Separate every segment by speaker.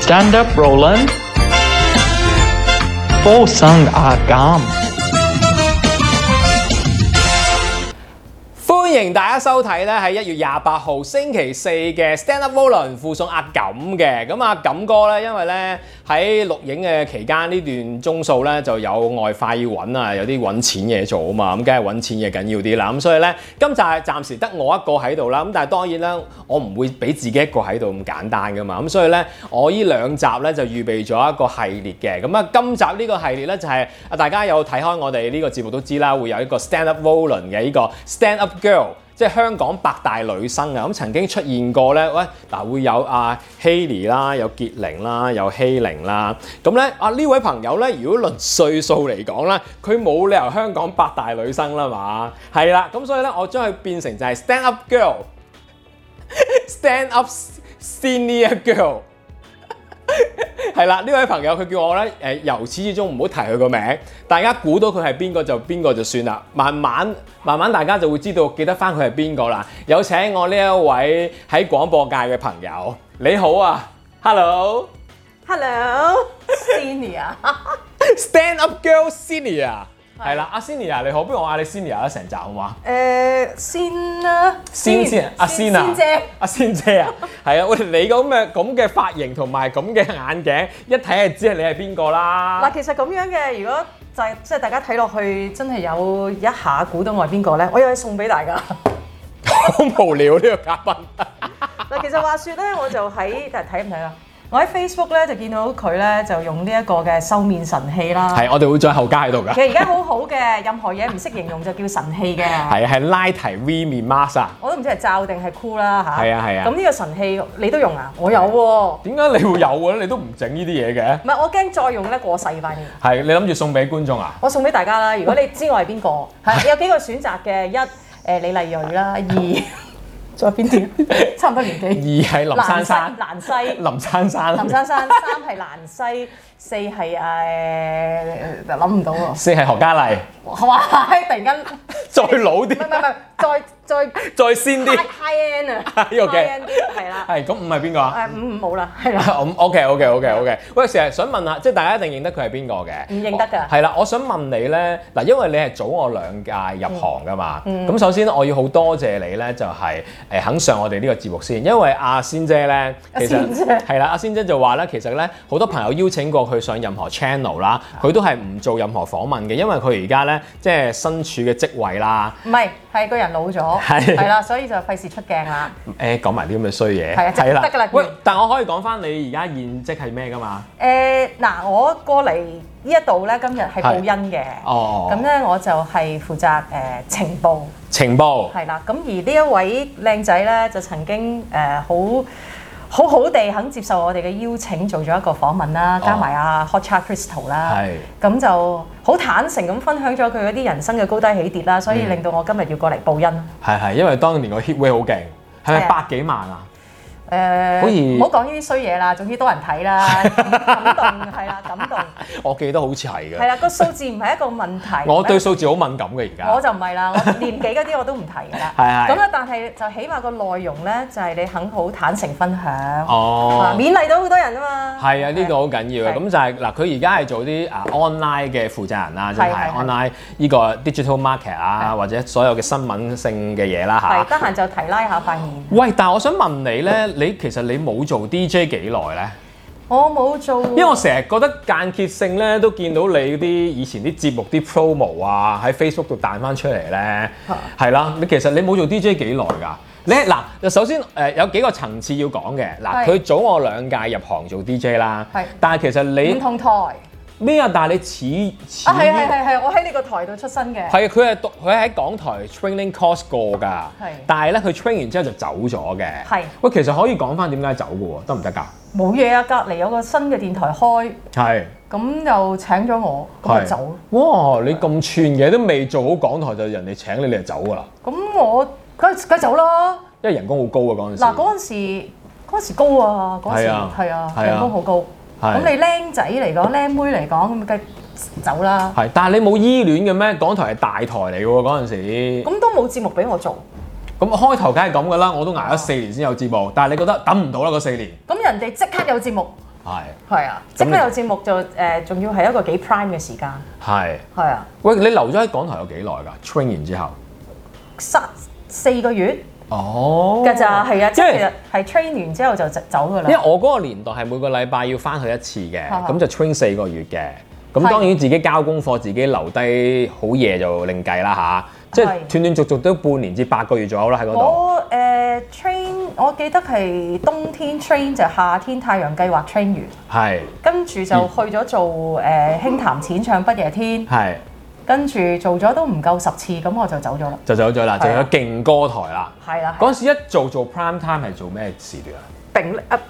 Speaker 1: Stand up, Roland。附送阿減，
Speaker 2: 歡迎大家收睇咧，喺一月廿八號星期四嘅 Stand Up Volun 附送阿錦嘅。咁阿錦哥咧，因為咧喺錄影嘅期間呢段鐘數咧就有外快要揾啊，有啲揾錢嘢做啊嘛，咁梗係揾錢嘢緊要啲啦。咁所以咧，今集暫時得我一個喺度啦。咁但係當然啦，我唔會俾自己一個喺度咁簡單噶嘛。咁所以咧，我呢兩集咧就預備咗一個系列嘅。咁啊，今集呢個系列咧就係、啊，大家有睇開我哋呢個節目都知啦，會有一個 Stand Up Volun 嘅呢個 Stand Up Girl。即係香港百大女生啊！咁曾經出現過咧，喂嗱會有啊 Hailey 啦，有傑玲啦，有希玲啦。咁咧啊呢位朋友咧，如果論歲數嚟講咧，佢冇理由香港百大女生啦嘛。係啦，咁所以咧，我將佢變成就係 stand up girl，stand up senior girl。係啦，呢位朋友佢叫我咧，誒、由始至終唔好提佢個名，大家估到佢係邊個就邊個就算啦。慢慢慢慢大家就會知道記得翻佢係邊個啦。有請我呢一位喺廣播界嘅朋友，你好啊，Hello，Stand
Speaker 3: Hello, Senior，
Speaker 2: Up Girl Senior，係啦，阿 Senior 你好，不如我嗌你 Senior 啦成集好嘛？
Speaker 3: 誒先啦，
Speaker 2: 先先阿仙啊
Speaker 3: 先姐，，
Speaker 2: 阿仙姐啊，係啊，喂，你咁嘅咁嘅髮型同埋咁嘅眼鏡，一睇就知係你係邊個啦
Speaker 3: 嗱，。其實咁樣嘅，如果就係即係大家睇落去，真係有一下估到我係邊個咧，我有嘢送俾大 家。
Speaker 2: 好無聊呢個嘉賓。
Speaker 3: 嗱，其實話説咧，我就喺但係睇唔睇啦？我喺 Facebook 咧就見到佢咧就用呢一個嘅收面神器啦。
Speaker 2: 係，我哋會再後加喺度㗎
Speaker 3: 其。實而家好好嘅，任何嘢唔識形容就叫神器嘅。
Speaker 2: 係啊，係拉提 V 面 mask 啊。
Speaker 3: 我都唔知係罩定係箍啦嚇。
Speaker 2: 係啊係啊
Speaker 3: 咁呢個神器你都用啊？我有喎。
Speaker 2: 點解你會有嘅咧？你都唔整呢啲嘢嘅。
Speaker 3: 唔係，我驚再用咧過世塊面。
Speaker 2: 係，你諗住送俾觀眾啊？
Speaker 3: 我送俾大家啦，如果你知我係邊 個，係有幾個選擇嘅，一誒、呃李麗蕊啦， 二再邊啲？啊 差唔多年
Speaker 2: 二
Speaker 3: 紀。
Speaker 2: 係林珊珊，
Speaker 3: 蘭西，
Speaker 2: 林珊珊，
Speaker 3: 林珊 珊，三係蘭西，四係誒呃諗唔到喎，
Speaker 2: 四係何嘉麗，
Speaker 3: 哇！突然間，唔
Speaker 2: 再老啲，
Speaker 3: 係唔係唔係，再再 high
Speaker 2: 再先啲。
Speaker 3: high end 啊
Speaker 2: 呢個嘅
Speaker 3: ，high end 啲係啦，
Speaker 2: 係咁，五係邊個啊？
Speaker 3: 誒五五冇啦， 係 啦，
Speaker 2: 咁 OK OK OK OK，喂，成日想問下，即係大家一定認得佢係邊個嘅？
Speaker 3: 唔嗯認得㗎
Speaker 2: 我係啦，我想問你咧，嗱，因為你係早我兩屆入行㗎嘛，
Speaker 3: 嗯
Speaker 2: 咁首先我要好多謝你咧，就係誒肯上我哋呢個節目先，因為阿仙姐 咧，其
Speaker 3: 仙姐
Speaker 2: 實係啦，阿仙姐就話咧，其實咧好多朋友邀請過佢上任何 channel 啦，
Speaker 3: 啊
Speaker 2: 佢都係唔做任何訪問嘅，因為佢而家咧即係身處嘅職位啦，
Speaker 3: 唔係係個人老咗，
Speaker 2: 係
Speaker 3: 係啦，所以就費事出鏡啦。
Speaker 2: 誒講埋啲咁嘅衰嘢，
Speaker 3: 係啊即係得㗎啦
Speaker 2: 喂，但我可以講翻你而家現職係咩㗎嘛？
Speaker 3: 誒嗱，我過嚟呢一度咧，今日係報恩嘅。
Speaker 2: 哦
Speaker 3: 咁咧，我就係負責誒情報，
Speaker 2: 情報。
Speaker 3: 係啦。咁而呢一位靚仔咧，就曾經誒好好好地肯接受我哋嘅邀請，做咗一個訪問啦，加埋阿 Hot Chat Crystal 啦。
Speaker 2: 係
Speaker 3: 咁就好坦誠咁分享咗佢嗰啲人生嘅高低起跌啦，所以令到我今日要過嚟報恩。
Speaker 2: 係係，因為當年個 hit way 好勁，係咪
Speaker 3: 係啊
Speaker 2: 百幾萬啊？
Speaker 3: 誒，
Speaker 2: 好似
Speaker 3: 唔好講呢啲衰嘢啦，總之多人 睇啦，感動係啦，感動
Speaker 2: 我記得好似係
Speaker 3: 係啊
Speaker 2: 嘅。
Speaker 3: 啦，個數字唔係一個問題。
Speaker 2: 我對數字好敏感嘅而
Speaker 3: 我
Speaker 2: 家。。
Speaker 3: 就唔係啦，我年紀嗰啲我都唔提㗎啦
Speaker 2: 係係
Speaker 3: 咁啊，但係就起碼個內容咧，就係、你肯好坦誠分享，啊
Speaker 2: 哦，
Speaker 3: 勉勵到好多人啊嘛。
Speaker 2: 係啊，呢個好緊要啊。
Speaker 3: 係
Speaker 2: 咁就係嗱，佢而家係做啲啊 online 嘅負責人啦，即係
Speaker 3: 係係
Speaker 2: online 呢個 digital market 啊，或者所有嘅新聞性嘅嘢啦
Speaker 3: 係
Speaker 2: 嚇。
Speaker 3: 得閒就提拉下塊面。
Speaker 2: 喂，但係我想問你咧，你其實你冇做 DJ 幾耐咧？
Speaker 3: 我冇做，
Speaker 2: 因為我成日覺得間歇性咧，都見到你啲以前啲節目啲 promo 啊，喺 Facebook 度彈翻出嚟咧
Speaker 3: 嚇，
Speaker 2: 係啦。你其實你冇做 DJ 幾耐㗎？你嗱，首先誒、有幾個層次要講嘅。嗱，
Speaker 3: 係
Speaker 2: 佢早我兩屆入行做 DJ 啦
Speaker 3: 係，
Speaker 2: 但係其實
Speaker 3: 唔
Speaker 2: 你
Speaker 3: 同台啊，
Speaker 2: 咩啊？但係你似似
Speaker 3: 係係係係，我喺呢個台度出身
Speaker 2: 係
Speaker 3: 嘅。
Speaker 2: 啊，佢係讀佢喺港台 training course 過㗎
Speaker 3: 係，
Speaker 2: 但係咧佢 train 完之後就走咗嘅。
Speaker 3: 係
Speaker 2: 喂，其實可以講翻點解走㗎喎？得唔得㗎？
Speaker 3: 冇嘢啊，隔離有個新嘅電台開，
Speaker 2: 係。
Speaker 3: 咁就請咗我，咁
Speaker 2: 係
Speaker 3: 就走。
Speaker 2: 哇！你咁串嘅，都未做好港台就人哋請你，你就走㗎啦，
Speaker 3: 咁我梗係梗係走啦。
Speaker 2: 因為人工好高啊嗰陣時。
Speaker 3: 嗱嗰陣時，嗰陣時高啊，嗰陣時
Speaker 2: 係啊
Speaker 3: 係啊，
Speaker 2: 係啊
Speaker 3: 人工好高。
Speaker 2: 係
Speaker 3: 咁你僆仔嚟講，僆妹嚟講，咁梗係走啦。
Speaker 2: 係，但係你冇依戀嘅咩？港台係大台嚟嘅喎嗰陣時。
Speaker 3: 咁都冇節目俾我做，
Speaker 2: 咁開頭梗係咁㗎啦，我都捱咗四年先有節目，但係你覺得等唔到啦嗰四年。
Speaker 3: 咁人哋即刻有節目，
Speaker 2: 係
Speaker 3: 係啊，即係佢有節目就誒，仲要係一個幾 prime 嘅時間，
Speaker 2: 係。
Speaker 3: 係啊，
Speaker 2: 喂，你留咗喺港台有幾耐㗎？train 完之後，
Speaker 3: 三四個月
Speaker 2: 哦
Speaker 3: 㗎咋，係啊，即
Speaker 2: 因
Speaker 3: 係
Speaker 2: 為
Speaker 3: 其實係 train 完之後就走走㗎
Speaker 2: 因為
Speaker 3: 啦，
Speaker 2: 我嗰個年代係每個禮拜要翻去一次嘅，
Speaker 3: 啊
Speaker 2: 咁就 train 四個月嘅。咁
Speaker 3: 係
Speaker 2: 當然自己交功課，自己留低好夜就另計啦吓，即係
Speaker 3: 係哦
Speaker 2: 斷斷續續都半年至八個月左右啦喺嗰度。
Speaker 3: 我誒 train，我記得係冬天 train 就夏天太陽計劃 train 完，
Speaker 2: 係
Speaker 3: 跟住就去咗做誒輕談淺唱不夜天，
Speaker 2: 係
Speaker 3: 跟住做咗都唔夠十次，咁我就走咗啦，
Speaker 2: 就走咗啦，就
Speaker 3: 係啊
Speaker 2: 去勁歌台啦。
Speaker 3: 係啦，係
Speaker 2: 嗰陣時一做做 prime time 係做咩時 段啊？
Speaker 3: 並啊，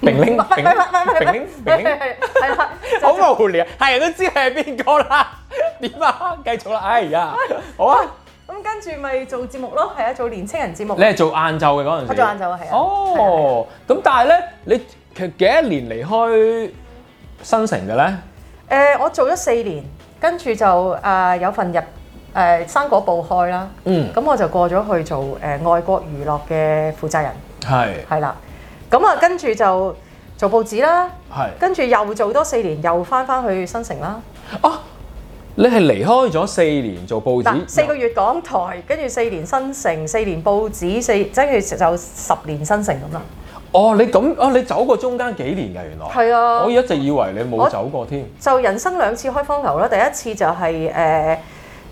Speaker 2: 並拎
Speaker 3: 唔係唔係唔係唔係
Speaker 2: 並拎並拎
Speaker 3: 係係啦，就做
Speaker 2: 好無聊，係人都知你係邊個啦。點啊？繼續啦，哎呀，好啊！
Speaker 3: 咁跟住咪做節目咯，係啊，做年青人節目
Speaker 2: 你。係做晏晝嘅嗰陣時，
Speaker 3: 我做晏晝啊係啊
Speaker 2: 哦，咁但係咧，你其實幾多年離開新城嘅咧？
Speaker 3: 誒、我做咗四年，跟住就誒、有份入誒、生果報開啦，
Speaker 2: 嗯
Speaker 3: 咁我就過咗去做誒、外國娛樂嘅負責人，
Speaker 2: 係
Speaker 3: 係啦，咁啊跟住就做報紙啦，
Speaker 2: 係
Speaker 3: 跟住又做多四年，又翻翻去新城啦，
Speaker 2: 啊！你係離開咗四年做報
Speaker 3: 嗱
Speaker 2: 紙，
Speaker 3: 四個月港台，跟住四年新城，四年報紙，四跟住就十年新城咁啦，
Speaker 2: 哦，你咁哦，你走過中間幾年㗎原來？
Speaker 3: 係啊
Speaker 2: 我一直以為你冇
Speaker 3: 我
Speaker 2: 走過添。
Speaker 3: 就人生兩次開荒牛啦，第一次就係、誒、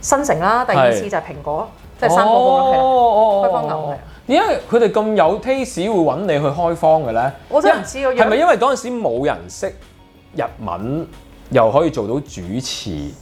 Speaker 3: 新城啦，第二
Speaker 2: 係
Speaker 3: 次就係蘋果，即係生果報啦，係啦、
Speaker 2: 哦
Speaker 3: 開荒牛係啊
Speaker 2: 點解佢哋咁有 taste 會揾你去開荒嘅咧？
Speaker 3: 我真係唔知我
Speaker 2: 因為係咪因為嗰陣時冇人識日文，又可以做到主持，起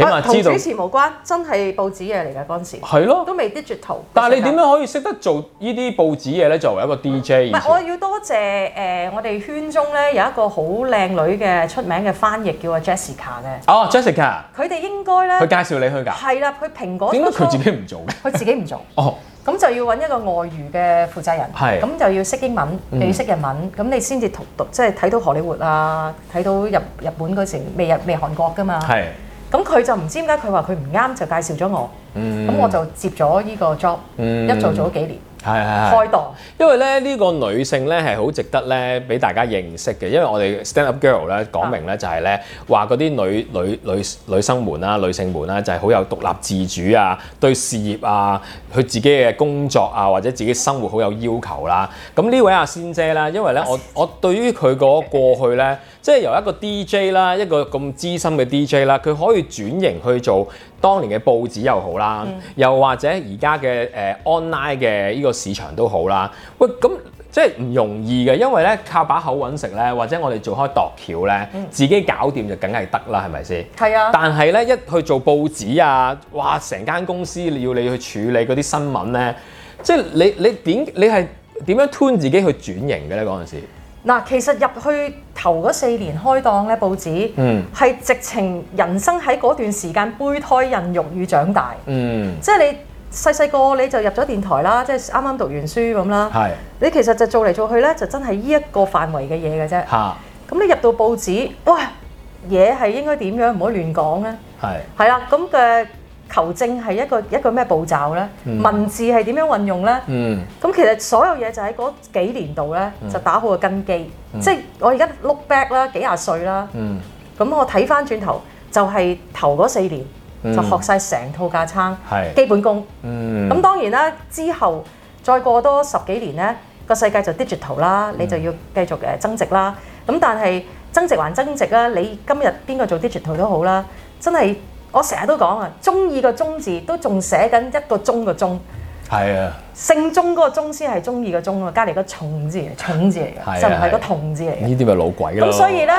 Speaker 3: 啊
Speaker 2: 碼
Speaker 3: 同
Speaker 2: 知道
Speaker 3: 主持無關，真係報紙嘢嚟㗎嗰陣時，
Speaker 2: 係咯
Speaker 3: 都。未 digital。
Speaker 2: 但係你點
Speaker 3: 樣？
Speaker 2: 樣可以識得做呢啲報紙嘢咧？作為一個 DJ，
Speaker 3: 唔係，我要多謝誒、呃我哋圈中咧有一個好靚女嘅出名嘅翻譯叫阿 Jessica 嘅，
Speaker 2: 哦，Jessica，
Speaker 3: 佢哋應該
Speaker 2: 佢
Speaker 3: 咧
Speaker 2: 介紹你去㗎，
Speaker 3: 係啦，佢蘋果
Speaker 2: 點解佢
Speaker 3: 初
Speaker 2: 自己唔做嘅？
Speaker 3: 佢自己唔做，
Speaker 2: 哦，
Speaker 3: 咁就要揾一個外語嘅負責人，
Speaker 2: 係
Speaker 3: 咁就要識英文，
Speaker 2: 嗯
Speaker 3: 又要識日文，咁你先至讀讀，即係睇到荷里活啊，睇到日日本嗰時未日未韓國㗎嘛，
Speaker 2: 係，
Speaker 3: 咁佢就唔知點解佢話佢唔啱就介紹咗我，
Speaker 2: 嗯
Speaker 3: 咁我就接咗呢個 job，
Speaker 2: 嗯
Speaker 3: 一做做咗幾年。
Speaker 2: 係係係
Speaker 3: 開。檔
Speaker 2: 因為咧呢、個女性咧係好值得咧俾大家認識嘅，因為我哋 stand up girl 咧講
Speaker 3: 啊
Speaker 2: 明咧就係咧話嗰啲女女女女生們啦、女性們啦，就係、好有獨立自主啊，對事業啊、佢自己嘅工作啊或者自己生活好有要求啦。咁呢位阿仙姐啦，因為咧我我對於佢嗰個過去咧，即係由一個 DJ 啦，一個咁資深嘅 DJ 啦，佢可以轉型去做當年嘅報紙又好啦，
Speaker 3: 嗯
Speaker 2: 又或者而家嘅誒 online 嘅呢個市場都好啦。喂，咁即係唔容易嘅，因為咧靠把口揾食咧，或者我哋做開度橋咧，自己搞掂就梗係得啦，係咪先？
Speaker 3: 嗯係啊，
Speaker 2: 但係咧，一去做報紙啊，哇！成間公司要你去處理嗰啲新聞咧，即係你你點你係點樣 turn 自己去轉型嘅咧？嗰陣時，
Speaker 3: 嗱，其實入去頭嗰四年開檔咧，報紙
Speaker 2: 嗯
Speaker 3: 係、直情人生喺嗰段時間胚胎孕育與長大，
Speaker 2: 嗯，
Speaker 3: 即係你細細個你就入咗電台啦，即係啱啱讀完書咁啦。
Speaker 2: 係
Speaker 3: 你其實就做嚟做去咧，就真係呢一個範圍嘅嘢嘅啫。
Speaker 2: 嚇，
Speaker 3: 咁你入到報紙，哇，嘢係應該點樣？唔好亂講咧。
Speaker 2: 係
Speaker 3: 係啦，咁嘅求證係一個一個咩步驟咧？文字係點樣運用咧？
Speaker 2: 嗯
Speaker 3: 咁其實所有嘢就喺嗰幾年度咧，就打好個根基。即係我而家 look back 啦，幾廿歲啦，
Speaker 2: 嗯
Speaker 3: 咁我睇翻轉頭就係頭嗰四年
Speaker 2: 嗯
Speaker 3: 就學晒成套架撐
Speaker 2: 係，
Speaker 3: 基本功。
Speaker 2: 嗯，
Speaker 3: 咁當然啦，之後再過多十幾年咧，個世界就 digital
Speaker 2: 嗯
Speaker 3: 啦，你就要繼續誒增值啦。咁但係增值還增值啦，你今日邊個做 digital 都好啦，真係我成日都講啊，中意個中字都仲寫緊一個鐘個鐘。
Speaker 2: 係啊，
Speaker 3: 姓鐘嗰個鐘先係中意個鐘啊，隔離個重字嚟，重字嚟
Speaker 2: 係啊
Speaker 3: 嘅，就唔係個同字嚟嘅。
Speaker 2: 呢啲咪老鬼咯。
Speaker 3: 咁所以咧，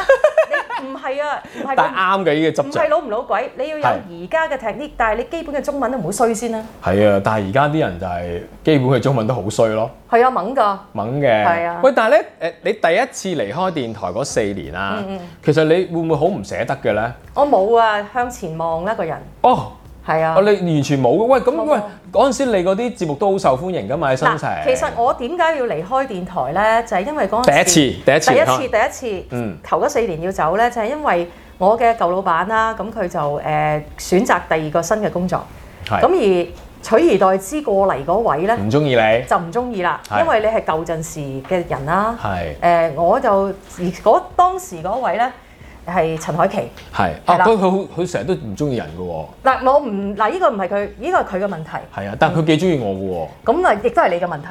Speaker 3: 你唔係啊，唔係
Speaker 2: 但係
Speaker 3: 老
Speaker 2: 啱嘅呢個執
Speaker 3: 唔係
Speaker 2: 着，
Speaker 3: 老唔老鬼，你要有
Speaker 2: 係
Speaker 3: 而家嘅 technique，但係你基本嘅中文都唔好衰先啦。
Speaker 2: 係啊，但係而家啲人就係基本嘅中文都好衰咯。
Speaker 3: 係啊，猛㗎，
Speaker 2: 猛嘅，
Speaker 3: 係啊
Speaker 2: 喂，但係咧，誒，你第一次離開電台嗰四年啦，
Speaker 3: 嗯
Speaker 2: 其實你會唔會好唔捨得嘅咧？
Speaker 3: 我冇啊，向前望啦個人，
Speaker 2: 哦，
Speaker 3: 係啊
Speaker 2: 哦，。你完全冇嘅，喂，咁
Speaker 3: 冇
Speaker 2: 喂，嗰陣時你嗰啲節目都好受歡迎㗎嘛，喺新
Speaker 3: 嗱，
Speaker 2: 城。
Speaker 3: 其實我點解要離開電台咧，就係因為嗰陣時
Speaker 2: 第一次第一次
Speaker 3: 第一
Speaker 2: 離
Speaker 3: 次，第一
Speaker 2: 嗯
Speaker 3: 次，頭嗰四年要走咧，就係因為呃我嘅舊老闆啦，咁佢就誒選擇第二個新嘅工作。
Speaker 2: 係
Speaker 3: 咁而取而代之過嚟嗰位咧
Speaker 2: 唔中意你，係
Speaker 3: 就唔中意啦，
Speaker 2: 係
Speaker 3: 因為你係舊陣時嘅人啦。
Speaker 2: 係
Speaker 3: 誒、我就而嗰當時嗰位咧係陳海琪。
Speaker 2: 係
Speaker 3: 係
Speaker 2: 啊，
Speaker 3: 啦
Speaker 2: 不過佢好佢成日都唔中意人嘅喎，
Speaker 3: 嗱，我唔嗱，呢、個唔係佢，呢、個係佢嘅問題。
Speaker 2: 係啊，但係佢幾中意我
Speaker 3: 咁啊，亦都係你嘅問題，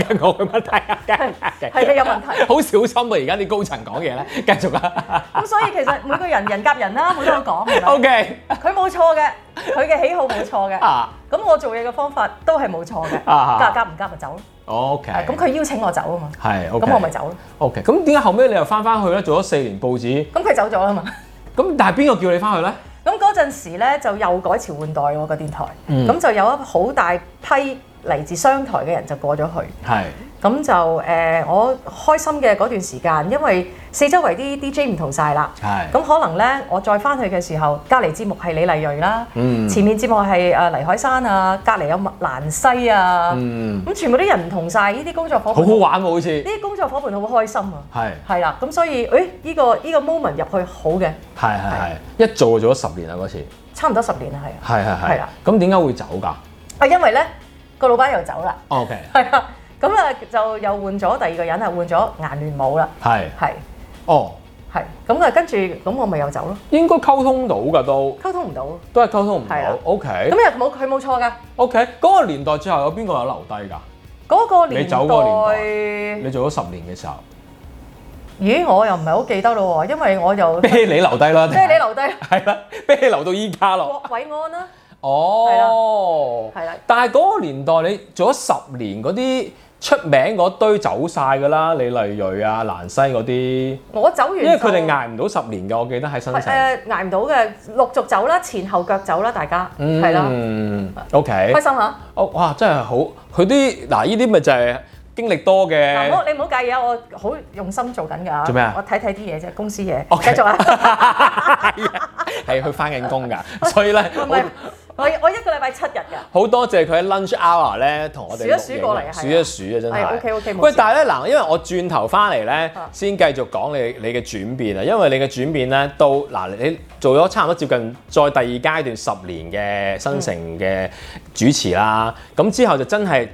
Speaker 2: 嘅喎，我嘅問題啊，
Speaker 3: 係你有問 題。
Speaker 2: 好小心啊！而家啲高層講嘢咧，繼續啊。
Speaker 3: 咁所以其實每個人人夾人啦，每個人 講係咪
Speaker 2: O K
Speaker 3: 佢冇錯嘅，佢嘅喜好冇錯嘅。
Speaker 2: 啊
Speaker 3: 咁我做嘢嘅方法都係冇錯嘅。
Speaker 2: 啊
Speaker 3: 夾夾唔夾咪走咯。
Speaker 2: ，O K，
Speaker 3: 咁佢邀請我走啊嘛，
Speaker 2: 係 O K，
Speaker 3: 咁我咪走咯。
Speaker 2: O K，咁點解後尾你又翻翻去咧？做咗四年報紙，
Speaker 3: 咁佢走咗啦嘛。
Speaker 2: 咁但係邊個叫你翻去咧？
Speaker 3: 咁嗰陣時咧就又改朝換代喎個電台，咁、
Speaker 2: 嗯
Speaker 3: 就有一好大批嚟自商台嘅人就過咗去。
Speaker 2: 係
Speaker 3: 咁就誒、呃我開心嘅嗰段時間，因為四周圍啲 DJ 唔同晒啦。
Speaker 2: 係
Speaker 3: 咁可能咧，我再翻去嘅時候，隔離節目係李麗蕊啦，
Speaker 2: 嗯
Speaker 3: 前面節目係誒黎海山啊，隔離有麥蘭西啊，咁、
Speaker 2: 嗯，
Speaker 3: 全部啲人唔同晒，呢啲工作
Speaker 2: 好
Speaker 3: 伙伴，
Speaker 2: 好
Speaker 3: 呢
Speaker 2: 玩喎，好似
Speaker 3: 啲工作伙伴好開心啊，
Speaker 2: 係
Speaker 3: 係啦，咁所以誒呢、個呢、個 moment 入去好嘅，
Speaker 2: 係係係，一做就做咗十年啦嗰次，
Speaker 3: 差唔多十年啦，係啊，
Speaker 2: 係係
Speaker 3: 係
Speaker 2: 係
Speaker 3: 啦。
Speaker 2: 咁點解會走㗎
Speaker 3: 啊因為咧個老闆又走啦，
Speaker 2: ？O K，
Speaker 3: 係啊，咁啊就又換咗第二個人啊，換咗顏聯武啦，
Speaker 2: 係
Speaker 3: 係
Speaker 2: 哦，
Speaker 3: 係，咁啊跟住咁我咪又走咯，
Speaker 2: 應該溝通到㗎都，
Speaker 3: 溝通唔到，咁
Speaker 2: 都係溝通唔
Speaker 3: 係
Speaker 2: 到
Speaker 3: 啊。
Speaker 2: O K
Speaker 3: 又冇佢冇錯㗎，
Speaker 2: O K，嗰個年代最後有邊個有留低㗎？
Speaker 3: 嗰、個年
Speaker 2: 你走嗰個
Speaker 3: 代
Speaker 2: 你做咗十年嘅時候，
Speaker 3: 咦，我又唔係好記得咯喎，因為 我就
Speaker 2: 啤
Speaker 3: 即
Speaker 2: 你留低啦，
Speaker 3: 係你留低
Speaker 2: 係啦，啤你留到依家咯。
Speaker 3: 郭偉安啦，
Speaker 2: 哦，
Speaker 3: 係啦係啦
Speaker 2: 但係嗰個年代你做咗十年嗰啲出名嗰堆走晒㗎啦，李麗蕊啊、蘭西嗰啲，
Speaker 3: 我走完就
Speaker 2: 因為佢哋捱唔到十年嘅，我記得喺新
Speaker 3: 誒、
Speaker 2: 城。
Speaker 3: 捱唔到嘅，陸續走啦，前後腳走啦，大家
Speaker 2: 嗯
Speaker 3: 係啦、
Speaker 2: ，OK，
Speaker 3: 開心嚇。
Speaker 2: 哦，哇，真係好，佢啲嗱呢啲咪就係經歷多
Speaker 3: 嗱，
Speaker 2: 嘅
Speaker 3: 唔。好你唔好介意啊，我好用心做緊㗎。
Speaker 2: 做咩啊
Speaker 3: 我睇睇啲嘢啫，公司嘢。
Speaker 2: OK
Speaker 3: 繼續啊，
Speaker 2: 係佢翻緊工㗎，所以咧
Speaker 3: 唔係 我我一個禮拜七日㗎。
Speaker 2: 好多謝佢喺 lunch hour 咧同我哋
Speaker 3: 數
Speaker 2: 錄
Speaker 3: 一
Speaker 2: 影
Speaker 3: 數過嚟
Speaker 2: 啊
Speaker 3: 係啊
Speaker 2: 數一數啊真係。
Speaker 3: 係，OK，OK，冇事
Speaker 2: 喂，但係咧嗱，因為我轉頭翻嚟咧
Speaker 3: 啊，
Speaker 2: 先繼續講你你嘅轉變啊，因為你嘅轉變咧到嗱你做咗差唔多接近再第二階段十年嘅新城嘅主持啦，
Speaker 3: 嗯
Speaker 2: 咁之後就真係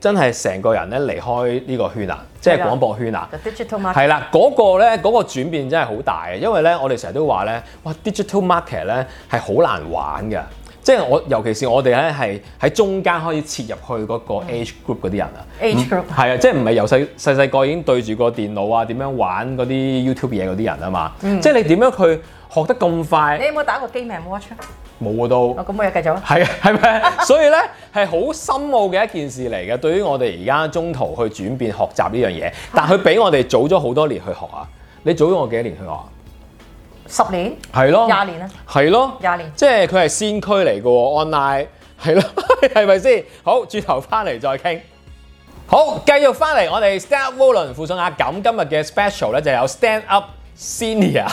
Speaker 2: 真係成個人咧離開呢個圈啊，即係
Speaker 3: 係啦
Speaker 2: 廣播圈啊。
Speaker 3: The digital market
Speaker 2: 係啦，嗰、個咧嗰、個轉變真係好大啊嘅，因為咧我哋成日都話咧，哇 digital market 咧係好難玩嘅，即係我尤其是我哋咧係喺中間開始切入去嗰個 age group 嗰啲人啊。
Speaker 3: age group
Speaker 2: 係啊，即係唔係由細細細個已經對住個電腦啊，點樣玩嗰啲 YouTube 嘢嗰啲人啊嘛，即係你點樣佢學得咁
Speaker 3: 你
Speaker 2: 快
Speaker 3: 有冇打過 Game and Watch 啊？
Speaker 2: 冇啊都
Speaker 3: 我。咁我又繼續啊。
Speaker 2: 係啊， 係咪？所以咧係好深奧嘅一件事嚟嘅，對於我哋而家中途去轉變學習呢樣嘢，但佢比我哋早咗好多年去學啊！你早咗我幾多年去學啊？
Speaker 3: 十年、
Speaker 2: 係咯，
Speaker 3: 廿年啊，
Speaker 2: 係咯，
Speaker 3: 廿年
Speaker 2: 即係佢係先驅嚟嘅喎，online 係咯， 係咪先？好，轉頭翻嚟再傾。好，繼續翻嚟我哋 Stand Up Roland 附送壓感今日嘅 special 咧就有 Stand Up Senior、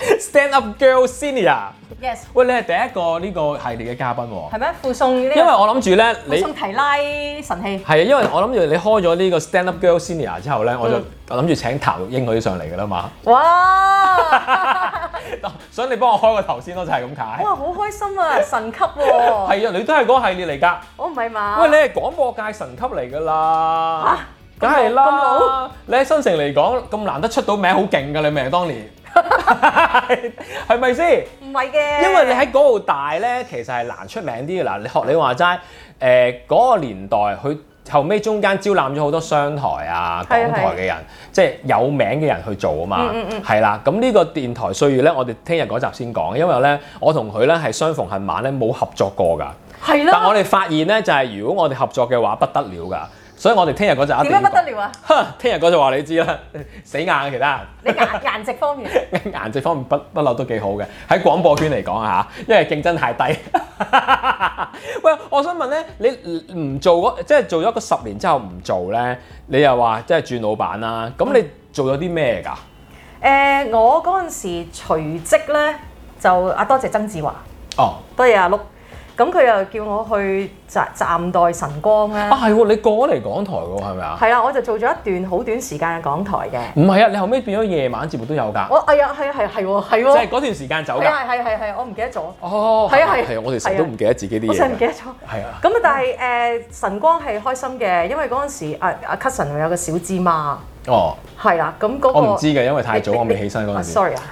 Speaker 2: Stand Up Girl Senior。
Speaker 3: ，yes，
Speaker 2: 喂，你係第一個呢個系列嘅嘉賓喎，
Speaker 3: 係咩？附送呢個
Speaker 2: 因為我諗住咧
Speaker 3: 附
Speaker 2: 你。
Speaker 3: 送提拉神
Speaker 2: 係
Speaker 3: 器。
Speaker 2: 啊，因為我諗住你開咗呢個 Stand Up Girl Senior 之後咧，
Speaker 3: 嗯
Speaker 2: 我就我諗住請譚玉英嗰啲上嚟㗎啦 嘛，
Speaker 3: 哇！
Speaker 2: 想你幫我開個頭先咯，就係咁解。
Speaker 3: 哇，好開心 啊！神級喎、哦
Speaker 2: 係啊，你都係嗰個系列嚟㗎。
Speaker 3: 我唔係嘛？
Speaker 2: 喂，你係廣播界神級嚟㗎啦
Speaker 3: 嚇，
Speaker 2: 梗係
Speaker 3: 啊咁老
Speaker 2: 啦。你喺新城嚟講咁難得出到名，好勁㗎你咪啊當 年， 係咪先？
Speaker 3: 唔係嘅，
Speaker 2: 因為你喺嗰度大咧，其實係難出名啲嘅嗱。你學你話齋，誒、嗰、個年代，佢後尾中間招攬咗好多商台啊、
Speaker 3: 係啊
Speaker 2: 港台嘅人，即係有名嘅人去做啊嘛
Speaker 3: 嗯嗯，
Speaker 2: 係啦、咁呢個電台歲月咧，我哋聽日嗰集先講，因為咧，我同佢咧係相逢恨晚咧，冇合作過㗎。
Speaker 3: 係
Speaker 2: 但我
Speaker 3: 啦，
Speaker 2: 哋發現咧，就係、如果我哋合作嘅話，不得了㗎。所以我哋聽日嗰集一
Speaker 3: 點
Speaker 2: 定
Speaker 3: 樣
Speaker 2: 要
Speaker 3: 不得
Speaker 2: 講。
Speaker 3: 了啊？
Speaker 2: 哼，聽日嗰集話你知啦，死硬啊其他人。
Speaker 3: 你 顏顏值方面，
Speaker 2: 顏值方面不不嬲都幾好嘅，喺廣播圈嚟講嚇，因為競爭太低。 喂，我想問咧，你唔唔做嗰即係做咗個十年之後唔做咧，你又話即係轉老闆啦，咁你做咗啲咩㗎？
Speaker 3: 誒、我嗰陣時隨即咧就啊，多謝曾志華，
Speaker 2: 哦，
Speaker 3: 多謝阿碌，咁佢又叫我去暫暫代晨光咧。
Speaker 2: 啊係喎，你過咗嚟港台喎，係咪啊？
Speaker 3: 係啦，我就做咗一段好短時間嘅港台嘅。
Speaker 2: 唔係啊，你後尾變咗夜晚節目都有㗎，
Speaker 3: 我哎呀，係啊，係啊係喎，係
Speaker 2: 即係
Speaker 3: 喎，
Speaker 2: 嗰段時間走
Speaker 3: 係
Speaker 2: 㗎。
Speaker 3: 啊，係啊係啊係啊，我唔記得咗，
Speaker 2: 哦，
Speaker 3: 係啊係啊
Speaker 2: 係啊，我哋成日都唔記得自己啲
Speaker 3: 我
Speaker 2: 嘢
Speaker 3: 真係唔
Speaker 2: 㗎。
Speaker 3: 記得咗。
Speaker 2: 係啊，
Speaker 3: 咁啊，但係
Speaker 2: 嗯
Speaker 3: 誒晨光係開心嘅，因為嗰陣時啊啊 cousin 會有個小芝麻，
Speaker 2: 哦，
Speaker 3: 係啦，咁嗰個
Speaker 2: 我唔知嘅，啊因為太早我未起身嗰
Speaker 3: 啊
Speaker 2: 陣時。
Speaker 3: Sorry 啊，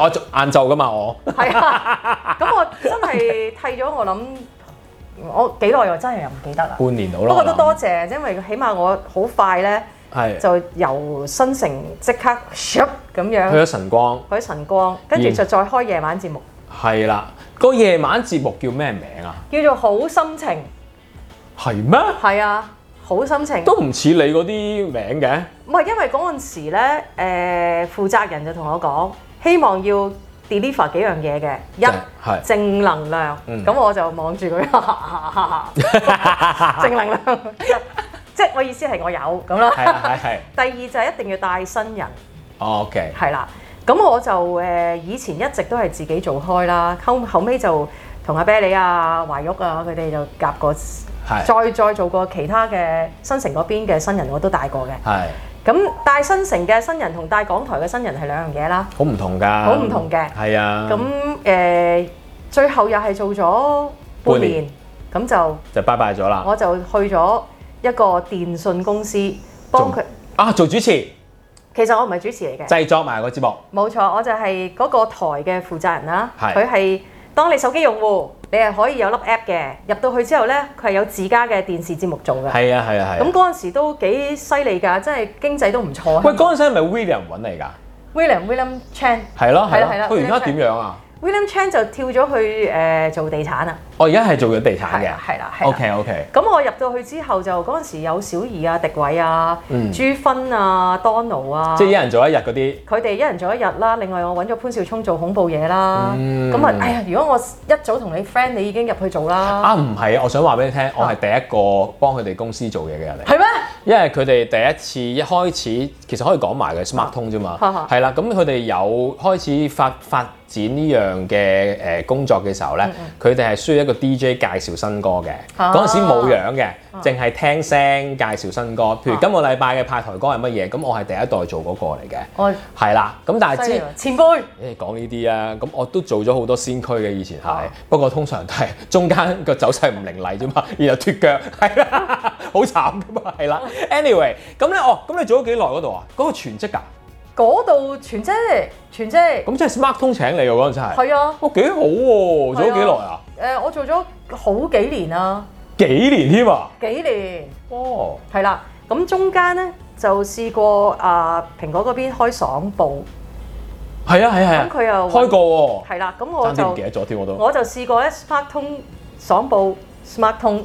Speaker 2: 我做晏晝㗎嘛，我
Speaker 3: 係啊，咁我真係剃咗，我諗我幾耐我真係又唔記得啦。
Speaker 2: 半年到
Speaker 3: 不
Speaker 2: 啦。
Speaker 3: 過都
Speaker 2: 我
Speaker 3: 多謝，因為起碼我好快咧
Speaker 2: 諗係
Speaker 3: 就由新城即刻 shop 咁
Speaker 2: 去
Speaker 3: 樣
Speaker 2: 咗晨光，
Speaker 3: 去晨光，跟住
Speaker 2: 嗯
Speaker 3: 就再開夜晚節目，
Speaker 2: 係啦。個夜晚節目叫咩名啊？
Speaker 3: 叫做好心情，
Speaker 2: 係咩？
Speaker 3: 係啊，好心情。
Speaker 2: 都唔似你嗰啲名 嘅。
Speaker 3: 唔係因為嗰陣時咧，誒、負責人就同我講，希望要 deliver 幾樣嘢嘅，
Speaker 2: 係
Speaker 3: 一正能量，咁、
Speaker 2: 嗯
Speaker 3: 我就望住佢，哈哈哈哈哈
Speaker 2: 啊
Speaker 3: 哈正能量，即係我意思係我有咁啦。
Speaker 2: 係啊係係。
Speaker 3: 第二就係一定要帶新人，
Speaker 2: 哦 OK，
Speaker 3: 係啦。咁我就誒、以前一直都係自己做開啦，後後尾就同阿啤梨啊、懷玉啊佢哋就夾過，
Speaker 2: 係
Speaker 3: 再再做過其他嘅新城嗰邊嘅新人，我都帶過嘅。
Speaker 2: 係
Speaker 3: 咁帶新城嘅新人同帶港台嘅新人係兩樣嘢啦。
Speaker 2: 好唔同㗎，
Speaker 3: 好唔同嘅
Speaker 2: 係啊，
Speaker 3: 咁誒、呃最後又係做咗半年，咁就
Speaker 2: 就拜拜咗啦。
Speaker 3: 我就去咗一個電信公司幫佢。
Speaker 2: 啊，做主持
Speaker 3: 其實我唔係主持嚟嘅，
Speaker 2: 製作埋個節目，
Speaker 3: 冇錯，我就係嗰個台嘅負責人啦。
Speaker 2: 係
Speaker 3: 佢係當你手機用戶，你係可以有粒 app 嘅，入到去之後呢，佢係有自家嘅電視節目做嘅。
Speaker 2: 係啊係啊係
Speaker 3: 咁
Speaker 2: 啊。
Speaker 3: 嗰陣時都幾犀利㗎，真係經濟都唔錯。
Speaker 2: 喂，嗰陣時係咪 William 揾你㗎？
Speaker 3: William William Chan
Speaker 2: 係咯
Speaker 3: 係啦
Speaker 2: 係
Speaker 3: 係啦
Speaker 2: 咯。佢而家
Speaker 3: William
Speaker 2: 點樣啊？
Speaker 3: William Chan 就跳咗去誒、呃做地產啦，
Speaker 2: 我哦而家係做緊地產
Speaker 3: 係
Speaker 2: 嘅
Speaker 3: 啦。係啦係啦
Speaker 2: OK OK，
Speaker 3: 咁我入到去之後就嗰陣時有小儀啊、迪偉啊、
Speaker 2: 嗯
Speaker 3: 朱芬啊、Donald 啊
Speaker 2: 即係，一人做一日嗰啲。
Speaker 3: 佢哋一人做一日啦。另外我揾咗潘少聰做恐怖嘢啦。
Speaker 2: 嗯
Speaker 3: 咁啊、哎呀！如果我一早同你 friend，你已經入去做啦，
Speaker 2: 啊，唔係啊，我想話俾你聽，我係第一個幫佢哋公司做嘢嘅人嚟，
Speaker 3: 係咩、
Speaker 2: 因為佢哋第一次一開始其實可以講埋嘅 smart 通啫嘛
Speaker 3: 啊哈哈，
Speaker 2: 係啦，咁佢哋有開始發發展呢樣嘅誒工作嘅時候咧，佢哋係需要一個 DJ 介紹新歌嘅，
Speaker 3: 嗯啊
Speaker 2: 嗰陣時冇樣嘅，淨係聽聲介紹新歌，
Speaker 3: 啊
Speaker 2: 譬如今個禮拜嘅派台歌係乜嘢，咁我係第一代做嗰個嚟嘅，
Speaker 3: 我
Speaker 2: 係啦，咁但係
Speaker 3: 哦犀利
Speaker 2: 之
Speaker 3: 啦，前輩
Speaker 2: 誒講呢啲啊，咁我都做咗好多先驅嘅以前係
Speaker 3: 啊，
Speaker 2: 不過通常都係中間個走勢唔凌厲啫嘛， 然後脱腳係啦，好慘噶嘛係啦。anyway，咁咧哦，咁你做咗幾耐嗰度啊？嗰、個全職㗎，
Speaker 3: 嗰度全職全職，
Speaker 2: 咁即係 Smart 通請你喎嗰陣真係，
Speaker 3: 係啊！
Speaker 2: 哦幾好喎、做咗幾耐啊？
Speaker 3: 誒、我做咗好幾年啦，
Speaker 2: 幾年添啊？
Speaker 3: 幾年。
Speaker 2: 哦，
Speaker 3: 係啦，咁中間咧就試過啊蘋果嗰邊開爽報，
Speaker 2: 係啊係啊係啊
Speaker 3: 咁，佢又
Speaker 2: 開過
Speaker 3: 係啦，咁
Speaker 2: 喎、爭啲唔
Speaker 3: 我就
Speaker 2: 記得咗添我都，
Speaker 3: 我就試過咧 Smart 通爽報 Smart 通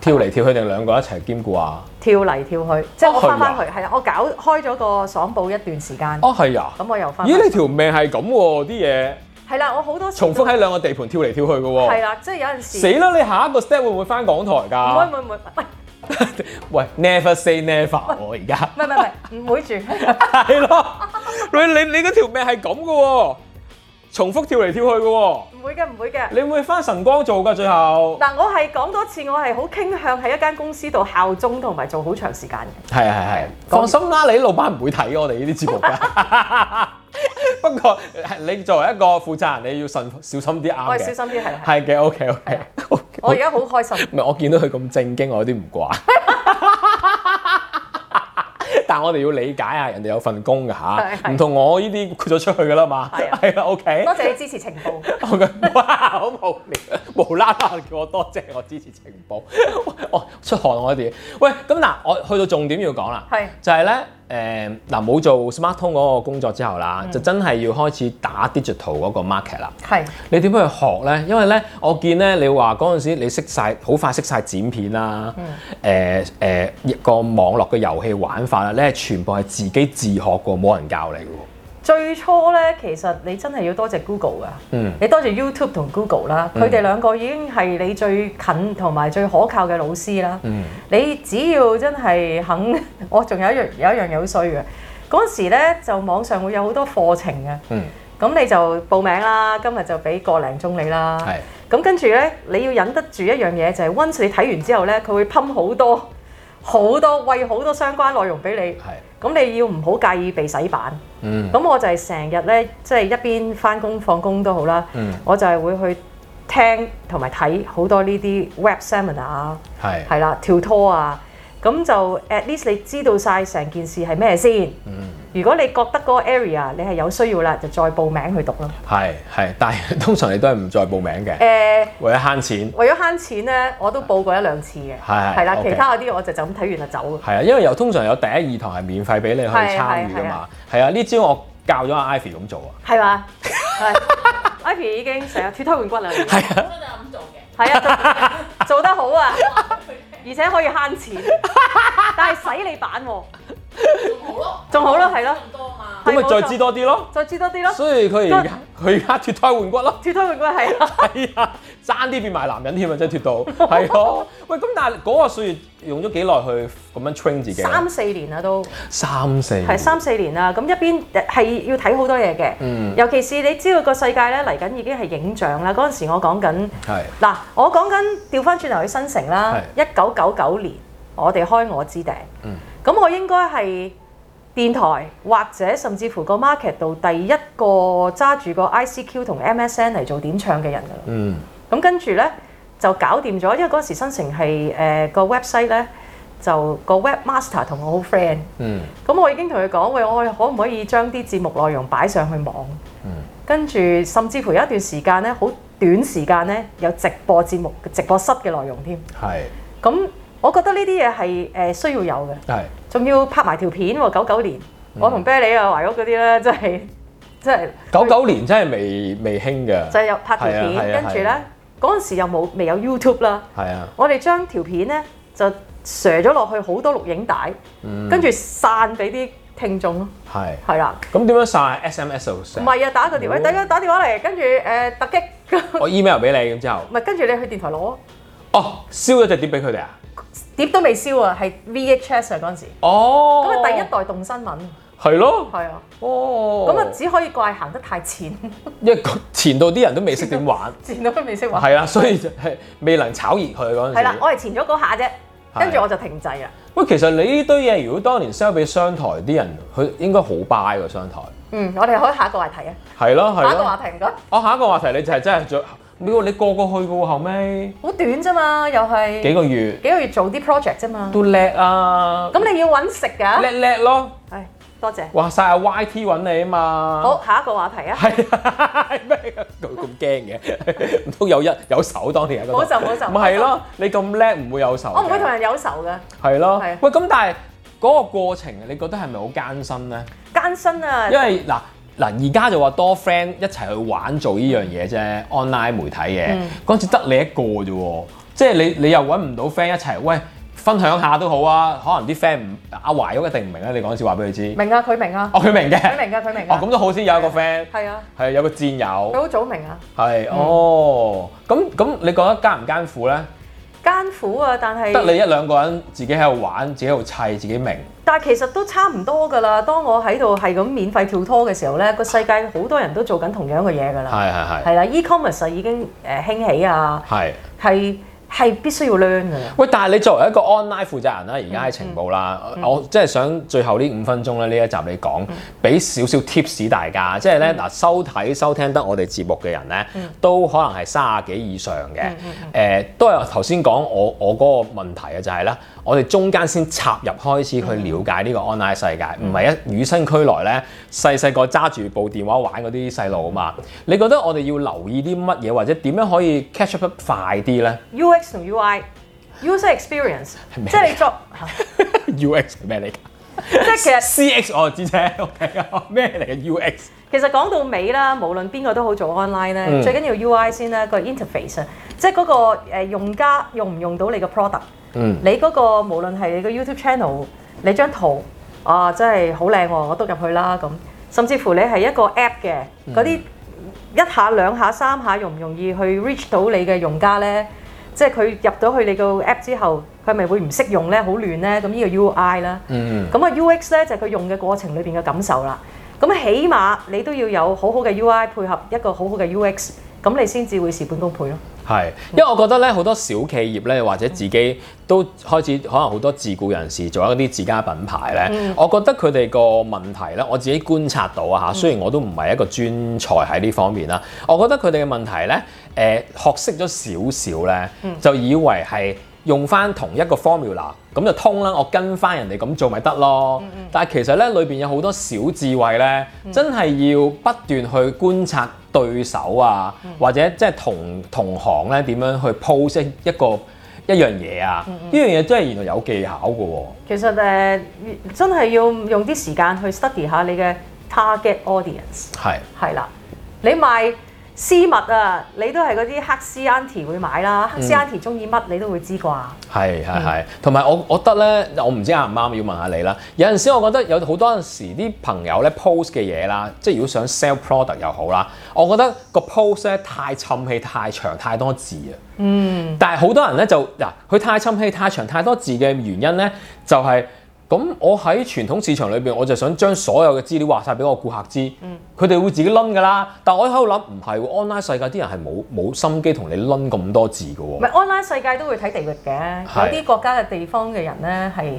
Speaker 2: 跳嚟跳去定兩個一齊兼顧啊？
Speaker 3: 跳嚟跳去，即係我
Speaker 2: 係啊
Speaker 3: 翻翻去係啦，我搞開咗個爽報一段時間，
Speaker 2: 哦係啊，
Speaker 3: 咁我又翻
Speaker 2: 咦你條命係咁喎啲嘢，
Speaker 3: 係啦，我好多時
Speaker 2: 重
Speaker 3: 都
Speaker 2: 複喺兩個地盤跳嚟跳去嘅喎、
Speaker 3: 係啊啦，即係有陣
Speaker 2: 死啊
Speaker 3: 時
Speaker 2: 啦！你下一個 step 會唔會翻港台
Speaker 3: 唔會唔
Speaker 2: 㗎？
Speaker 3: 會唔會，喂
Speaker 2: 喂，never say never，我而家
Speaker 3: 唔係唔係唔係唔會住，
Speaker 2: 係咯。喂，你你嗰條命係咁嘅喎，重複跳嚟跳去嘅喎。
Speaker 3: 唔會嘅唔會嘅。
Speaker 2: 你會唔會翻晨光做㗎？最後
Speaker 3: 嗱，我係講多次，我係好傾向喺一間公司度效忠同埋做好長時間嘅。
Speaker 2: 係係係，放心啦，你老闆唔會睇我哋呢啲節目 㗎。不過你作為一個負責人，你要慎小心啲
Speaker 3: 我
Speaker 2: 啱
Speaker 3: 係小
Speaker 2: 嘅。
Speaker 3: 心啲係係，
Speaker 2: 係嘅，OK OK
Speaker 3: 我而家好開心。
Speaker 2: 唔係，我見到佢咁正經，我有啲唔慣。 但我哋要理解啊，人哋有份工㗎
Speaker 3: 係
Speaker 2: 嚇，
Speaker 3: 係
Speaker 2: 唔同我呢啲豁咗出去㗎啦嘛，
Speaker 3: 係啊
Speaker 2: 係啦，OK
Speaker 3: 多。謝你支持情報。
Speaker 2: 我嘅哇，好無聊，無啦啦叫我多謝我支持情報， 我出汗我哋。喂，咁嗱，我去到重點要講啦，
Speaker 3: 係
Speaker 2: 就係咧誒嗱，冇做 smart 通嗰個工作之後啦，
Speaker 3: 嗯
Speaker 2: 就真係要開始打 digital 嗰個 market 啦。
Speaker 3: 係
Speaker 2: 你點樣去學咧？因為咧，我見咧你話嗰陣時你識晒，好快識晒剪片啦，
Speaker 3: 嗯
Speaker 2: 誒誒個網絡嘅遊戲玩法啦，你係全部係自己自學嘅，冇人教你嘅喎。
Speaker 3: 最初咧，其實你真係要多謝 Google 噶，
Speaker 2: 嗯
Speaker 3: 你多謝 YouTube 同 Google 啦，佢哋兩個已經係你最近同埋最可靠嘅老師啦。
Speaker 2: 嗯
Speaker 3: 你只要真係肯， 我仲有一樣有一樣嘢好衰嘅，嗰陣時咧就網上會有好多課程嘅。啊
Speaker 2: 嗯，
Speaker 3: 咁你就報名啦，今日就俾個零鐘你啦。
Speaker 2: 嗯係
Speaker 3: 咁跟住咧，你要忍得住一樣嘢就係、once 你睇完之後咧，佢會噴好多好多喂好多相關內容俾
Speaker 2: 係
Speaker 3: 你。咁你要唔好介意被洗版。
Speaker 2: 嗯
Speaker 3: 咁我就係成日咧，即係一邊翻工放工都好啦，
Speaker 2: 嗯
Speaker 3: 我就係會去聽同埋睇好多呢啲 web seminar 啊，
Speaker 2: 係
Speaker 3: 係啦，跳拖啊，咁就 at least 你知道晒成件事係咩先。
Speaker 2: 嗯
Speaker 3: 如果你覺得嗰個 area 你係有需要啦，就再報名去讀咯。
Speaker 2: 係係，但係 通常你都係唔再報名
Speaker 3: 誒、
Speaker 2: 嘅，為咗慳錢。
Speaker 3: 為咗慳錢咧，我都報過一兩次嘅，
Speaker 2: 係係
Speaker 3: 係啦，
Speaker 2: OK
Speaker 3: 其他嗰啲我就就咁睇完就走。
Speaker 2: 係啊，因為有通常有第一二堂係免費俾你去
Speaker 3: 係
Speaker 2: 參與噶
Speaker 3: 係係
Speaker 2: 嘛
Speaker 3: 啊。
Speaker 2: 係啊，呢招我教咗阿 Ivy 咁做啊。
Speaker 3: 係嘛？係 Ivy 已經成日脱胎換骨啦，
Speaker 2: 係啊，
Speaker 4: 都係咁做嘅。
Speaker 3: 係啊，做 做得好啊， 而且可以慳錢，但係洗你版喎，
Speaker 4: 仲好咯，
Speaker 3: 仲好咯係咯
Speaker 4: 咁多嘛，
Speaker 2: 咁咪
Speaker 3: 係冇錯
Speaker 2: 再知多啲咯。
Speaker 3: 再知多啲咯。
Speaker 2: 所以佢而家佢而家脱胎換骨咯。
Speaker 3: 脱胎換骨係啦，
Speaker 2: 係啊，爭啲變埋男人添啊，真係脱到。係 咯，喂，咁但係嗰個歲月用咗幾耐去咁樣 train 自己啊？
Speaker 3: 三四年啦都。
Speaker 2: 三四
Speaker 3: 係三四年啊啦，咁一邊呃係要睇好多嘢嘅，
Speaker 2: 嗯
Speaker 3: 尤其是你知道個世界咧嚟緊已經係影像啦。嗰陣時我講緊
Speaker 2: 係
Speaker 3: 嗱，我講緊調翻轉頭去新城啦，一九九九年我哋開我之頂，咁、
Speaker 2: 嗯
Speaker 3: 我應該係電台或者甚至乎個 market 度第一個揸住個 ICQ 同 MSN 嚟做點唱嘅人㗎啦。
Speaker 2: 嗯
Speaker 3: 咁跟住咧就搞掂咗，因為嗰時新城係誒個 website 咧就個 webmaster 同我好 friend。
Speaker 2: 嗯
Speaker 3: 咁我已經同佢講，喂，我可唔可以將啲節目內容擺上去網？跟住甚至乎有一段時間咧，好短時間咧有直播節目、直播室嘅內容添。
Speaker 2: 係
Speaker 3: 咁我覺得呢啲嘢係誒需要有嘅，
Speaker 2: 係
Speaker 3: 仲要拍埋條片喎。九九年，
Speaker 2: 嗯
Speaker 3: 我同啤梨啊、懷屋嗰啲咧，真係真係
Speaker 2: 九九年真係未未興嘅，
Speaker 3: 就係有拍條
Speaker 2: 係啊係
Speaker 3: 片，
Speaker 2: 啊
Speaker 3: 跟住
Speaker 2: 係
Speaker 3: 咧
Speaker 2: 啊
Speaker 3: 嗰陣時又冇未有 YouTube 啦。
Speaker 2: 係啊，
Speaker 3: 我哋將條片咧就射咗落去好多錄影帶，
Speaker 2: 嗯
Speaker 3: 跟住散俾啲聽眾咯，
Speaker 2: 係。
Speaker 3: 係啦。
Speaker 2: 咁點樣晒 SMS 就成
Speaker 3: 唔係啊，打個電話，
Speaker 2: 哦
Speaker 3: 大家打電話嚟，跟住誒突擊， 咁
Speaker 2: 我 email 俾你咁之後，
Speaker 3: 唔係跟住你去電台攞
Speaker 2: 哦，燒咗隻碟俾佢哋啊？
Speaker 3: 碟都未燒啊，係 VHS 啊嗰陣時，
Speaker 2: 哦，
Speaker 3: 咁啊第一代動新聞
Speaker 2: 係咯，
Speaker 3: 係啊，
Speaker 2: 哦，
Speaker 3: 咁啊只可以怪行得太淺，
Speaker 2: 因為前度啲人都未識點玩，
Speaker 3: 前到都未識玩，
Speaker 2: 係啊，所以就係未能炒熱佢嗰
Speaker 3: 係
Speaker 2: 陣
Speaker 3: 啦，
Speaker 2: 時。
Speaker 3: 我係前咗嗰下啫，跟住我就停滯啦，啊
Speaker 2: 喂，其實你呢堆嘢如果當年 sell 俾商台啲人，佢應該好 buy 喎商台。
Speaker 3: 嗯，我哋可以下一個話題啊，
Speaker 2: 係咯
Speaker 3: 下
Speaker 2: 係
Speaker 3: 一個話
Speaker 2: 咯。
Speaker 3: 題唔該，好
Speaker 2: 我下一個話題你就係真係最，你個你個個去過後尾
Speaker 3: 短啫嘛，又係
Speaker 2: 幾個月
Speaker 3: 幾個月做啲 project 啫嘛，
Speaker 2: 都叻啊，
Speaker 3: 咁你要揾食㗎，
Speaker 2: 叻叻咯，
Speaker 3: 唉，多謝，
Speaker 2: 話晒阿 YT 揾你啊嘛。
Speaker 3: 好下一個話題 啊，
Speaker 2: 係啊，係咩咁咁驚 嘅？唔通有一有手當年喺嗰度
Speaker 3: 冇仇冇仇
Speaker 2: 唔係咯，你咁叻唔會有仇嘅。
Speaker 3: 我唔會同人有仇㗎。
Speaker 2: 係咯
Speaker 3: 係啊。
Speaker 2: 喂，咁但係嗰個過程，你覺得係咪好艱辛咧？
Speaker 3: 艱辛啊！
Speaker 2: 因為嗱。嗱，而家就話多 friend 一齊去玩做呢樣嘢啫，online 媒體嘅
Speaker 3: 嗯
Speaker 2: 嗰陣時得你一個啫喎，即係你你又揾唔到 friend 一齊，喂分享下都好啊，可能啲 friend 唔阿懷玉一定唔明啦，你嗰陣時話俾佢知，
Speaker 3: 明啊，佢明啊，
Speaker 2: 哦佢明
Speaker 3: 佢
Speaker 2: 嘅，
Speaker 3: 明啊，佢明
Speaker 2: 哦
Speaker 3: 啊，
Speaker 2: 咁都好先有一個 friend，
Speaker 3: 係啊，
Speaker 2: 係有個戰友
Speaker 3: 佢。好早明啊。
Speaker 2: 係哦，咁咁你覺得艱唔艱苦咧？
Speaker 3: 艱苦啊，但
Speaker 2: 得
Speaker 3: 係
Speaker 2: 你一兩個人自己喺度玩，自己喺度砌，自己明。
Speaker 3: 但係其實都差唔多㗎啦。當我喺度係咁免費跳拖嘅時候咧，個世界好多人都做緊同樣嘅嘢㗎啦。
Speaker 2: 係係係
Speaker 3: 係啦，e-commerce 啊已經誒興起啊，
Speaker 2: 係。
Speaker 3: 係係必須要 learn 㗎啦。
Speaker 2: 喂，但係你作為一個 online 負責人啦，而家喺情報啦，我即係想最後呢五分鐘咧呢一集你講，俾少少 tips 大家，即係咧嗱收睇收聽得我哋節目嘅人咧，都可能係三十幾以上嘅，誒都係頭先講我我嗰個問題嘅啊就係咧，我哋中間先插入開始去了解呢個 online 世界，唔係一與生俱來咧細細個揸住部電話玩嗰啲細路啊嘛，你覺得我哋要留意啲乜嘢，或者點樣可以 catch up 得快啲 咧
Speaker 3: UX 同 UI，user experience，
Speaker 2: 係咩
Speaker 3: 即係 你作，
Speaker 2: ？UX 係咩嚟㗎？
Speaker 3: 即係其實
Speaker 2: CX 我哦就知啫，OK 哦咩嚟嘅 UX？
Speaker 3: 其實講到尾啦，無論邊個都好做 online 咧，
Speaker 2: 嗯
Speaker 3: 最緊要 UI 先啦，個 interface 啊，即係嗰個誒用家用唔用到你個 product，、
Speaker 2: 嗯
Speaker 3: 你嗰、個無論係你個 YouTube channel，你張圖啊真係好靚喎，我都入去啦咁，甚至乎你係一個 app 嘅嗰啲一下兩下三下容唔容易去 reach 到你嘅用家咧？即係佢入到去你個 app 之後，佢咪會唔識用咧，好亂咧？咁呢個 UI 啦。
Speaker 2: 嗯
Speaker 3: 咁啊 UX 咧就係佢用嘅過程裏邊嘅感受啦。咁起碼你都要有好好嘅 UI 配合一個好好嘅 UX，咁你先至會事半功倍咯。
Speaker 2: 係，因為我覺得咧好多小企業咧，或者自己都開始可能好多自雇人士做一啲自家品牌咧，我覺得佢哋個問題咧，我自己觀察到啊嚇，雖然我都唔係一個專才喺呢方面啦，我覺得佢哋嘅問題咧，誒、學識咗少少咧，就以為係用翻同一個 formula。咁就通啦，我跟翻人哋咁做咪得咯。但係其實咧，裏邊有好多小智慧咧，真係要不斷去觀察對手啊，或者即係同同行咧點樣去 pose 一一個一樣嘢啊。呢樣嘢真係原來有技巧嘅喎。
Speaker 3: 其實誒、呃真係要用啲時間去 study 下你嘅 target audience，
Speaker 2: 係
Speaker 3: 係啦。你賣絲襪啊，你都係嗰啲黑絲 auntie 會買啦，黑絲
Speaker 2: 嗯
Speaker 3: auntie 中意乜你都會知啩。
Speaker 2: 係係係，同埋我我覺得咧，我唔知啱唔啱，要問下你啦。有陣時我覺得有好多陣時啲朋友咧 post 嘅嘢啦，即係如果想 sell product 又好啦，我覺得個 post 咧太沉氣、太長、太多字啊。嗯。但係好多人咧就嗱，佢太沉氣、太長、太多字嘅原因咧，就係、咁我喺傳統市場裏邊，我就想將所有嘅資料話晒俾我顧客知，
Speaker 3: 嗯
Speaker 2: 佢哋、會自己攆㗎啦。但我喺度諗，唔係喎，online 世界啲人係冇冇心機同你攆咁多字㗎喎
Speaker 3: 唔。係 online 世界都會睇地域嘅，
Speaker 2: 係
Speaker 3: 有啲國家嘅地方嘅人咧係誒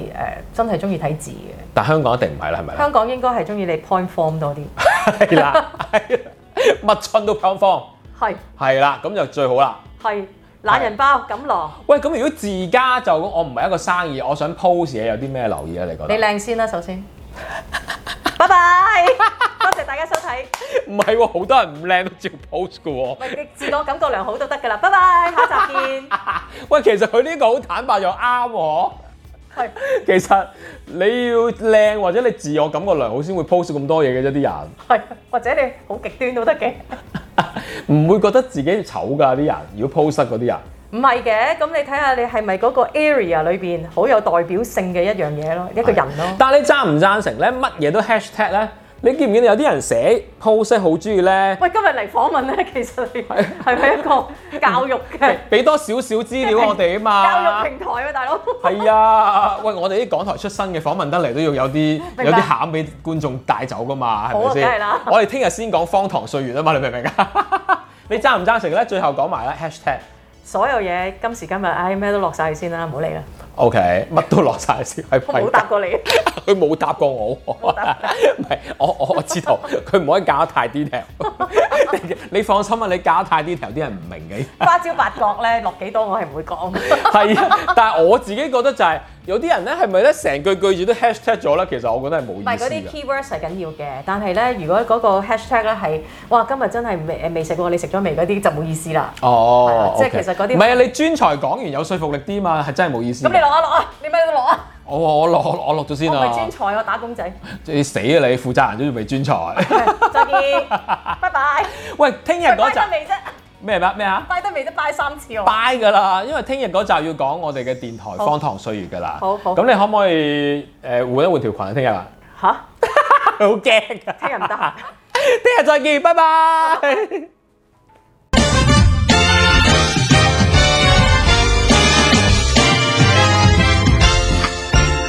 Speaker 3: 真係中意睇字嘅。
Speaker 2: 但香港一定唔係啦，係咪咧？
Speaker 3: 香港應該係中意你 point form 多啲，
Speaker 2: 係啦， 係啦乜春都放放，
Speaker 3: 係
Speaker 2: 係啦，咁就最好啦。
Speaker 3: 係懶人包錦囊，
Speaker 2: 喂，咁如果自家就我唔係一個生意，我想 post 嘢有啲咩留意啊？你覺
Speaker 3: 你
Speaker 2: 得？
Speaker 3: 靚先啦 首先，拜拜，多謝大家收睇，
Speaker 2: 唔係喎，好多人唔靚都照 post 嘅喎。
Speaker 3: 喂你自我感覺良好都得㗎啦，拜拜，下集見，
Speaker 2: 喂，其實佢呢個好坦白又啱喎。
Speaker 3: 係
Speaker 2: 其實你要靚或者你自我感覺良好先會 post 咁多嘢嘅啫，啲人
Speaker 3: 係，或者你好極端都得嘅。
Speaker 2: 唔會覺得自己醜㗎啲人，如果 post 得嗰啲人。
Speaker 3: 唔係嘅，咁你睇下你係咪嗰個 area 裏邊好有代表性嘅一樣嘢咯，一個人咯。
Speaker 2: 但係你贊唔贊成咧？乜嘢都 hashtag 咧？你見唔見到有啲人寫 post 呢好中意咧？
Speaker 3: 喂，今日嚟訪問咧，其實你係咪一個教育嘅
Speaker 2: 俾多少少資料我哋啊嘛
Speaker 3: 教育。平台啊，大佬？
Speaker 2: 係啊，喂，我哋啲港台出身嘅訪問得嚟都要有啲
Speaker 3: 白
Speaker 2: 有啲餡俾觀眾帶走噶嘛，係咪
Speaker 3: 好啊梗係
Speaker 2: 先
Speaker 3: 啦？
Speaker 2: 我哋聽日先講荒唐歲月啊嘛，你明唔明啊？ 你贊唔贊成咧？最後講埋啦，#hashtag
Speaker 3: 所有嘢今時今日，唉，咩都落晒先啦，唔好理啦，
Speaker 2: OK，乜都落晒先，係
Speaker 3: 我冇答過你。
Speaker 2: 佢冇答過我， 唔
Speaker 3: 冇答
Speaker 2: 係我我我知道，佢唔可以搞得太 detail。你你放心啊，你搞得太 detail，啲人唔明嘅。
Speaker 3: 花椒八角咧，落幾多我係唔 會講。
Speaker 2: 係啊，但係我自己覺得就係、有啲人咧係咪咧成句句住都 hashtag 咗咧？其實我覺得係冇
Speaker 3: 唔係
Speaker 2: 意
Speaker 3: 嗰
Speaker 2: 思啊
Speaker 3: 啲
Speaker 2: 嘅。
Speaker 3: keywords 係緊要嘅，但係咧，如果嗰個 hashtag 咧係哇，今日真係未誒未食過，你食咗未嗰啲就冇意思啦。
Speaker 2: 哦，
Speaker 3: 係啊即係
Speaker 2: OK
Speaker 3: 其實嗰啲
Speaker 2: 唔係啊！你專才講完有說服力啲嘛，係真係冇意思
Speaker 3: 咁
Speaker 2: 嘅。
Speaker 3: 你落啊落啊，你咩都落啊，
Speaker 2: 我我落我落咗嗯
Speaker 3: 我
Speaker 2: 先
Speaker 3: 唔係專
Speaker 2: 啊！
Speaker 3: 才，我打工仔。
Speaker 2: 你死啊你！負責人都仲未專才。
Speaker 3: 再見， 拜拜。
Speaker 2: 喂，聽日
Speaker 3: 喂
Speaker 2: 嗰
Speaker 3: 拜得
Speaker 2: 集
Speaker 3: 未啫？
Speaker 2: 咩咩咩啊？
Speaker 3: 拜得未啫？拜三次我。
Speaker 2: 拜㗎啦，因為聽日嗰集要講我哋嘅電台荒唐歲月㗎啦。
Speaker 3: 好好
Speaker 2: 咁你可唔可以誒換一換條裙啊？聽日 啊，
Speaker 3: 吓？
Speaker 2: 好驚 啊！
Speaker 3: 聽日唔得 閒。
Speaker 2: 聽日再見， 拜拜。
Speaker 1: Ah